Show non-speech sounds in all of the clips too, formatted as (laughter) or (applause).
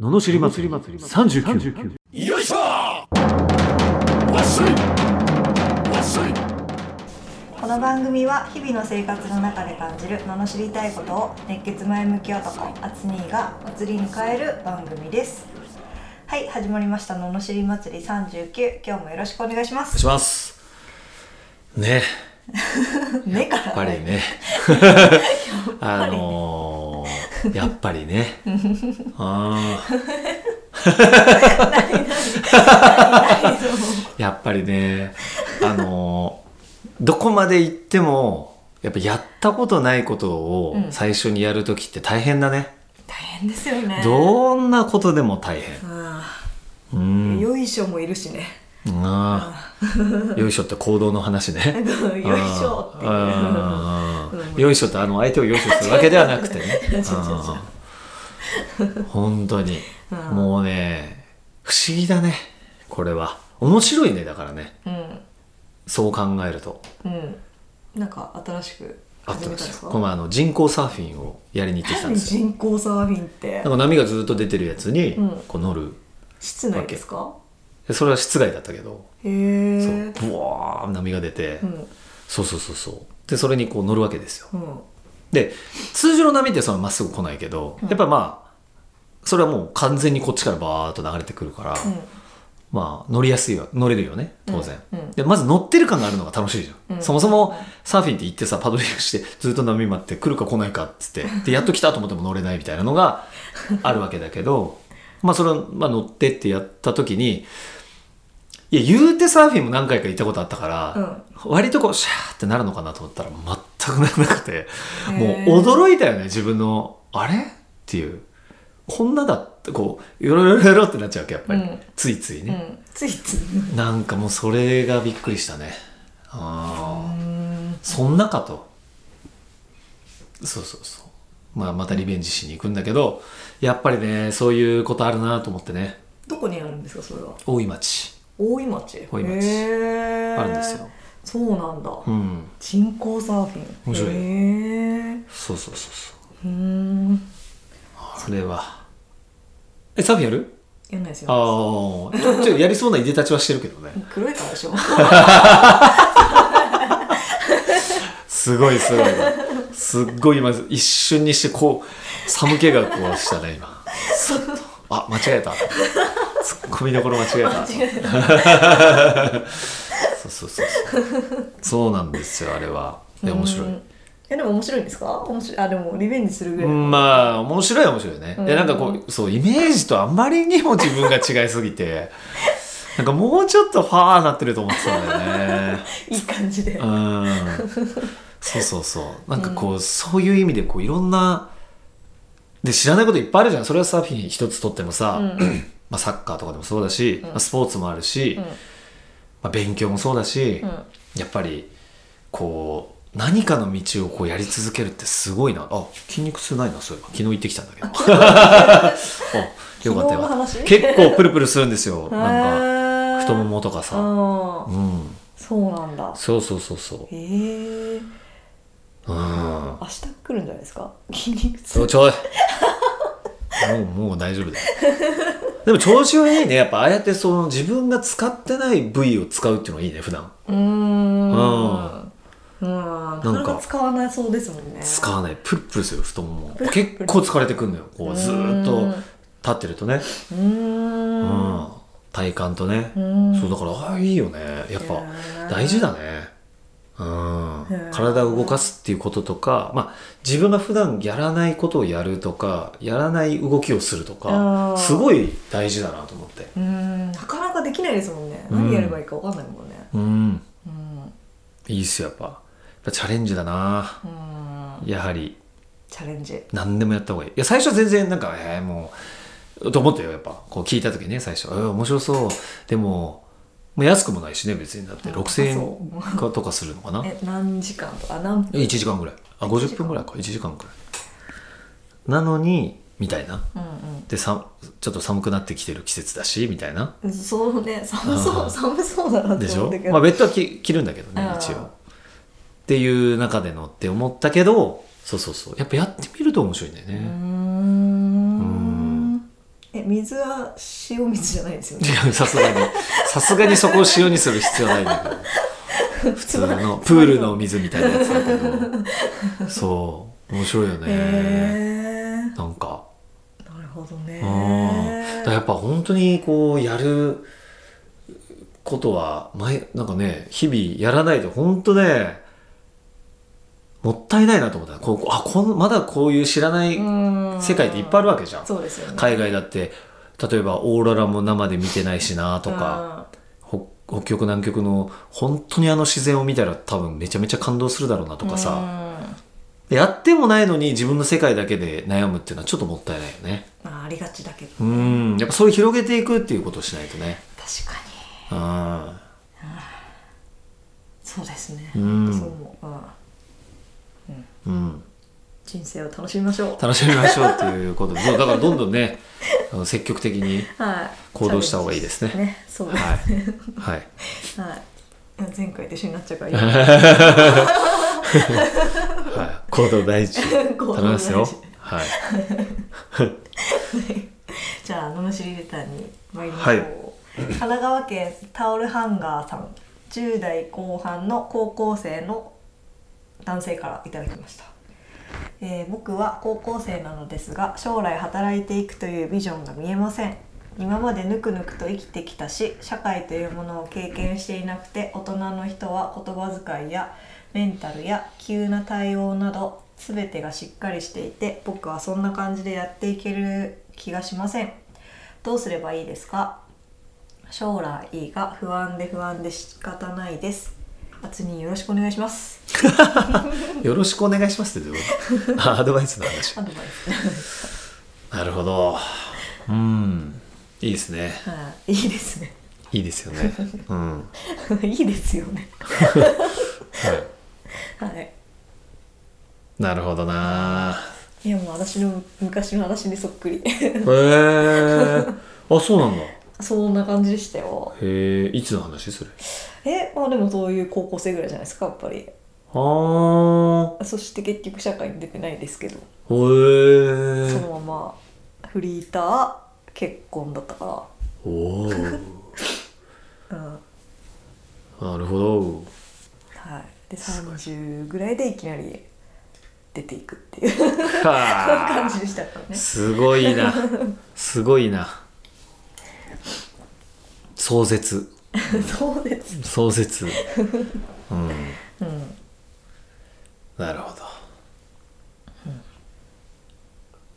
ののしり祭り39よいしょわっしょいわっしょいこの番組は日々の生活の中で感じる罵りたいことを熱血前向き男アツニーが祭りに変える番組ですはい始まりました罵り祭り39今日もよろしくお願いしおま願いすしますね目かやっらぱりねあのー、やっぱりねあーやっぱりねあのー、どこまで行ってもやっぱやったことないことをうん最初にやるときって大変だね、大変ですよねどんなことでも大変あうあんよいしょもいるしね (laughs) あーよいしょって行動の話ねなんか (laughs) よいしょっていうあーあーうんよいしょってあの相手をよいしょするわけではなくてね (laughs) 違う違う違うあー本当にうんもうね不思議だねこれは面白いねだからねうんそう考えるとうんなんか新しくあった始んめでたんですすよこのか前あの人工サーフィンをやりに行ってきたん何ですよ人工サーフィンってなんか波がずっと出てるやつにうんこう乗る室内ですかでそれは室外だったけどへそうえブワー波が出てうんそうそうそうそうでそれにこう乗るわけですようんで通常の波ってそのまっすぐ来ないけど、うんやっぱまあそれはもう完全にこっちからバーっと流れてくるから、まあ乗りやすいわ乗れるよね当然、うんうんでまず乗ってる感があるのが楽しいじゃん、うんそもそもサーフィンって行ってさパドリングしてずっと波待って来るか来ないかっつってでやっと来たと思っても乗れないみたいなの (laughs) があるわけだけどまあそれは、まあ、乗ってってやった時にいや言うてサーフィンも何回か行ったことあったから、うん割とこうシャーってなるのかなと思ったら全くならなくてもへーう驚いたよね自分のあれっていうこんなだってこうよろよろよろってなっちゃうわけやっぱり、うんついついうんうね、んついついなんかもうそれがびっくりしたねああ、そんなかとそうそうそうまあまたリベンジしに行くんだけどやっぱりねそういうことあるなと思ってねどこにあるんですかそれは大井町大井町大井町へーあるんですよ、そうなんだ、うん人工サーフィン面白いへーそうそうそうそううーんあれはえサーフィンやるやんないですああよちょちょやりそうないでたちはしてるけどね黒いからでしょすごいすごいすっごい今一瞬にしてこう寒気がこうしたね今すっとあ間違えたツッコミどころ間違えた違うそうそうそうそうそうなんですよあれは (laughs) で面白うんいえでも面白いんですか面白いあでもリベンジするぐらい、まあ面白い面白いね、うんでなんかこうそうイメージとあまりにも自分が違いすぎてなんかもうちょっとファーなってると思ってたんだよねいい感じで、うんそうそうそうなんかこう、そういう意味でこういろんなで知らないこといっぱいあるじゃんそれはサーフィン一つとってもさ、うん (clears throat) まあ、サッカーとかでもそうだし、んまあ、スポーツもあるし、うんまあ、勉強もそうだし、うんやっぱりこう何かの道をこうやり続けるってすごいなあ筋肉痛ないなそういえば昨日行ってきたんだけど (laughs) あよかったよかっ昨日の話た結構プルプルするんですよなんかなん太ももとかさ、あうーん、そうなんだそうそうそうそへえううん明日来るんじゃないですか筋肉そう痛ちょいもうもう大丈夫だよでも調子はいいねやっぱああやってその自分が使ってない部位を使うっていうのがいいね普段うーんうんうんなかななんかか使わないそうですもんね使わないプルプルする太ももプルプル結構疲れてくんのよこうずーっうとん立ってるとねううんうん体幹とねうんそうだからああいいよねやっいぱやー大事だねうんへー体を動かすっていうこととかまあ自分が普段やらないことをやるとかやらない動きをするとあかーすごい大事だなと思ってうんなかなかできないですもんねうん何やればいいか分かんないもんねうんうんいいっすよやっぱやっぱチャレンジだなうんやはりチャレンジ何でもやった方がいいいや最初は全然なんかえー、もうと思ったよやっぱこう聞いた時ね最初、えー面白そうでももう安くもないしね別にだってうん6000あ円かとかするのかなえ何時間とか何分1時間ぐらいあ50分ぐらいか1時間ぐらいなのにみたいなうんでさちょっと寒くなってきてる季節だしみたいなうんそうね寒あそーう寒そうだなってでし思っょたけ、どまあ、ベッドはき着るんだけどねあー一応っていう中でのって思ったけどそうそうそうやっぱやってみると面白いんだようーね、んうえ水は塩水じゃないです (laughs) よね違うさすがにさすがにそこを塩にする必要ないんだけど普 (laughs) 通のプールの水みたいなやつだけどそう面白いよね、へえなんかなるほどうんだからねやっぱ本当にこうやることは前なんかね日々やらないと本当ねもったいないなと思ったこうあこんまだこういう知らないうん世界っていっぱいあるわけじゃんそうですよね海外だって例えばオーロラも生で見てないしなとか北北極南極の本当にあの自然を見たら多分めちゃめちゃ感動するだろうなとうんかさやってもないのに自分の世界だけで悩むっていうのはちょっともったいないよねうんまあありがちだけどうんやっぱそれ広げていくっていうことをしないとね確かにうんそうですね、うんそう思う、うんうん人生を楽しみましょう楽しみましょうということでそうだからどんどんねあの積極的にはい行動した方がいいですねチャレンジですねそうですはいねはいはい、いや前回と一緒になっちゃうから今はい行動大事 (laughs) 行動大頼み事ますよはいじゃあ罵りレターに参りましょう、はい神奈川県タオルハンガーさん10代後半の高校生の男性からいただきました、えー僕は高校生なのですが将来働いていくというビジョンが見えません今までぬくぬくと生きてきたし社会というものを経験していなくて大人の人は言葉遣いやメンタルや急な対応など全てがしっかりしていて僕はそんな感じでやっていける気がしませんどうすればいいですか将来が不安で不安で仕方ないですあつによろしくお願いしますよろしくお願いしますってどういうこと (laughs) あアドバイスの話アドバイスなるほどうんいいですねはいいいですねいいですよねうんはい (laughs) いですよねはいいなるほどないやもう私の昔の話にそっくり (laughs) へえあそうなんだそんな感じでしたよへえいつの話それえまあでもそういう高校生ぐらいじゃないですかやっぱりあーそして結局社会に出てないですけどへそえのままフリーター結婚だったかおおーらうんなるほどはいで30ぐらいでいきなり出ていくっていう (laughs) 感はじでしたからあねすごいなすごいな壮絶そうです壮絶うんうんなるほど、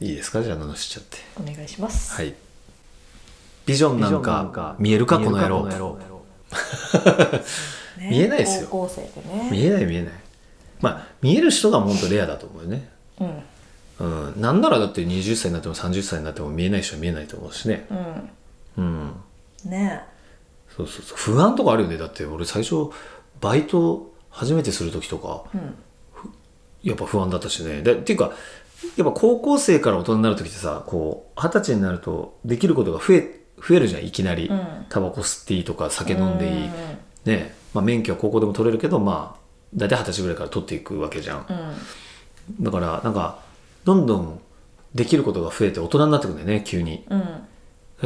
いいですかじゃあ罵っちゃってお願いします、はいビジョンなんか見えるかこの野郎ね見えないですよ高校生でね見えない見えないまあ見える人がもんとレアだと思うよねうんうん、なんならだって20歳になっても30歳になっても見えない人は見えないと思うしねうんうんねそうそうそう不安とかあるよねだって俺最初バイト初めてする時とかえうんやっぱ不安だったしねでっていうかやっぱ高校生から大人になる時ってさこう二十歳になるとできることが増え増えるじゃんいきなり、うんタバコ吸っていいとか酒飲んでいい、うんねまあ、免許は高校でも取れるけどまあ大体二十歳ぐらいから取っていくわけじゃんうんうんだからなんかどんどんできることが増えて大人になってくんだよね急にうん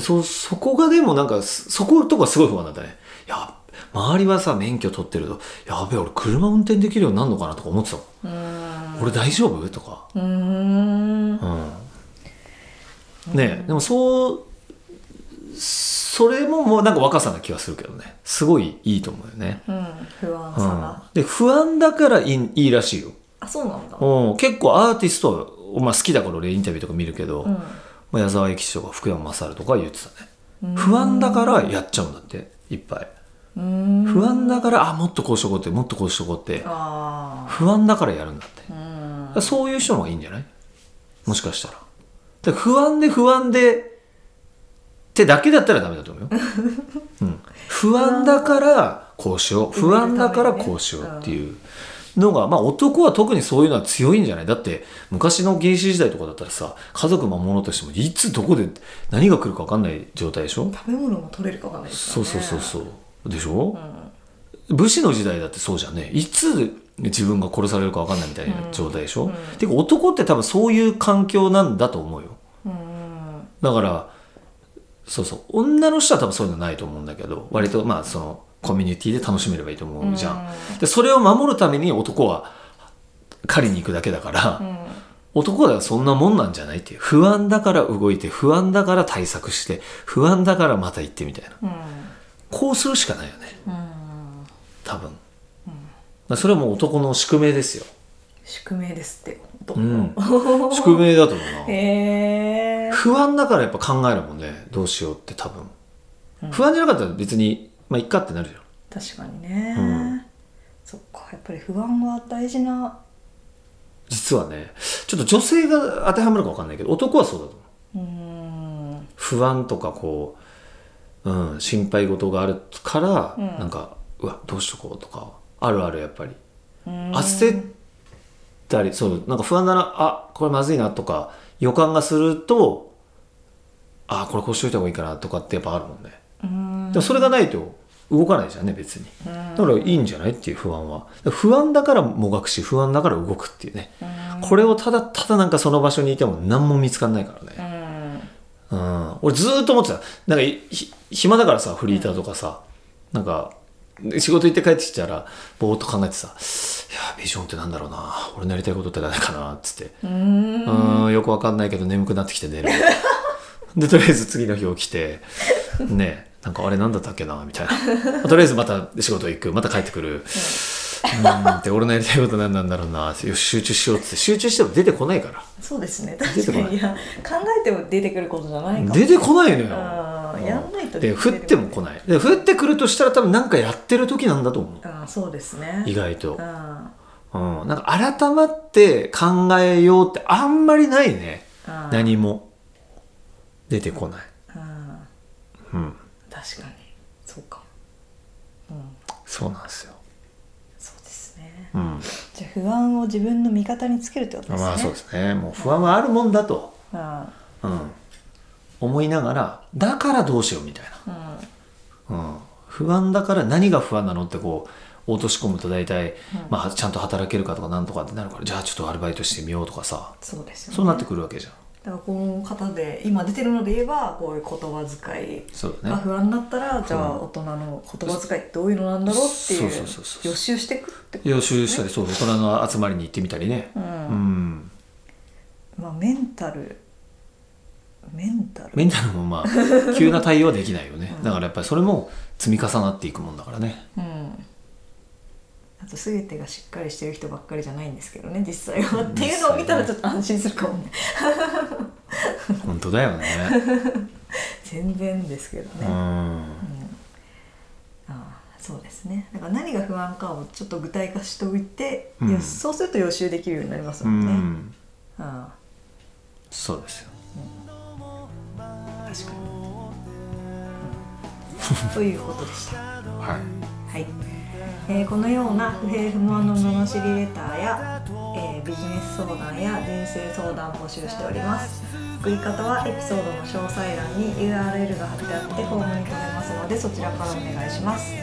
そそこがでもなんかすそことかすごい不安だったねいや周りはさ免許取ってるとやべえ俺車運転できるようになるのかなとか思ってたもん、うーん俺大丈夫とかうーんうんねえでもそうそれももうなんか若さな気がするけどねすごいいいと思うよね、うん不安うさんが、、で不安だからいいいいらしいよ、あそうなんだうん、結構アーティストは、まあ、好きだから俺インタビューとか見るけど、うんまあ、矢沢永吉とか福山雅治とか言ってたねうん不安だからやっちゃうんだっていっぱいうん不安だからあもっとこうしとこうってもっとこうしとこうってあ不安だからやるんだってあうんそういう人の方がいいんじゃないもしかしたらだから不安で不安でってだけだったらダメだと思うよ、うん、不安だからこうしよう不安だからこうしようっていうのがまあ男は特にそういうのは強いんじゃないだって昔の原始時代とかだったらさ家族守ろうとしてもいつどこで何が来るか分かんない状態でしょ食べ物も取れるかわかんないですそようねそうそうそうでしょ、うん武士の時代だってそうじゃんねいつ自分が殺されるか分かんないみたいな状態でしょ、うんてか男って多分そういう環境なんだと思うようんだからそうそう女の人は多分そういうのないと思うんだけど割とまあそのコミュニティで楽しめればいいと思うじゃん、でそれを守るために男は狩りに行くだけだから、うん男ではそんなもんなんじゃないっていう不安だから動いて不安だから対策して不安だからまた行ってみたいなうんこうするしかないよねうん多分、まあそれはもう男の宿命ですよ宿命ですってうん (laughs) 宿命だと思うなへえ不安だからやっぱ考えるもんねどうしようって多分、不安じゃなかったら別にまあいっかってなるじゃん確かにね、うんそっかやっぱり不安は大事な実はねちょっと女性が当てはまるか分かんないけど男はそうだと思ううんうん不安とかこう、うん、心配事があるから、うんなんかうわどうしとこうとかあるあるやっぱり焦ったりそうなんか不安だなあこれまずいなとか予感がするとあこれこうしといた方がいいかなとかってやっぱあるもんね、うんでもそれがないと動かないじゃんね別にうんだからいいんじゃないっていう不安は不安だからもがくし不安だから動くっていうねうんこれをただただなんかその場所にいても何も見つかんないからね、うんうん、俺ずーっと思ってたなんかいひ暇だからさフリーターとかさ、なんか仕事行って帰ってきたらぼーっと考えてさ「いやビジョンってなんだろうな俺のやりたいことって何かな」っつって「うんうーんよくわかんないけど眠くなってきて寝る」 (laughs) でとりあえず次の日起きてねなんかあれなんだったっけなみたいなとりあえずまた仕事行くまた帰ってくる、うーんって俺のやりたいこと何なんだろうなよし集中しようっつって集中しても出てこないからそうですね出て確かこないにいや考えても出てくることじゃないかも出てこないのよあーやんないとで出降っても来ないで降ってくるとしたら多分なんかやってる時なんだと思うあーそうですね意外と、あうん、なんか改まって考えようってあんまりないねーあー何も出てこない、あうん、ー確かにそうかうんそうなんですよ、そうですね、うん、じゃあ不安を自分の味方につけるってことですね。まあそうですねもう不安はあるもんだと、あうん、思いながらだからどうしようみたいあな、うん、不安だから何が不安なのってこう落とし込むと大体、まあ、ちゃんと働けるかとかなんとかってなるからじゃあちょっとアルバイトしてみようとかさそうですよね。そうなってくるわけじゃんだからこの方で今出てるので言えばこういう言葉遣いそうだがね不安だったら、じゃあ大人の言葉遣いってどういうのなんだろうっていうそうそうそうそう予習していくってこと予習したりそう大人の集まりに行ってみたりねうんうんまあメンタルメンタルメンタルも (laughs) まあ急な対応はできないよねだからやっぱりそれも積み重なっていくもんだからねうんあと全てがしっかりしてる人ばっかりじゃないんですけどね実際はっていうのを見たらちょっと安心するかもね本当だよね (laughs) 全然ですけどうね、 (laughs) んああそうですねだから何が不安かをちょっと具体化しておいて、うんいやそうすると予習できるようになりますうもんね、んあそうですよあ確かに、うんということでしたはいはい、えーこのような不平不満の罵りレターや、えービジネス相談や人生相談を募集しております送り方はエピソードの詳細欄に URL が貼ってあってフォームに飛べますのでそちらからお願いします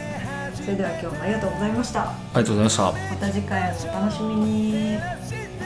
それでは今日もありがとうございましたありがとうございましたまた次回お楽しみに。 「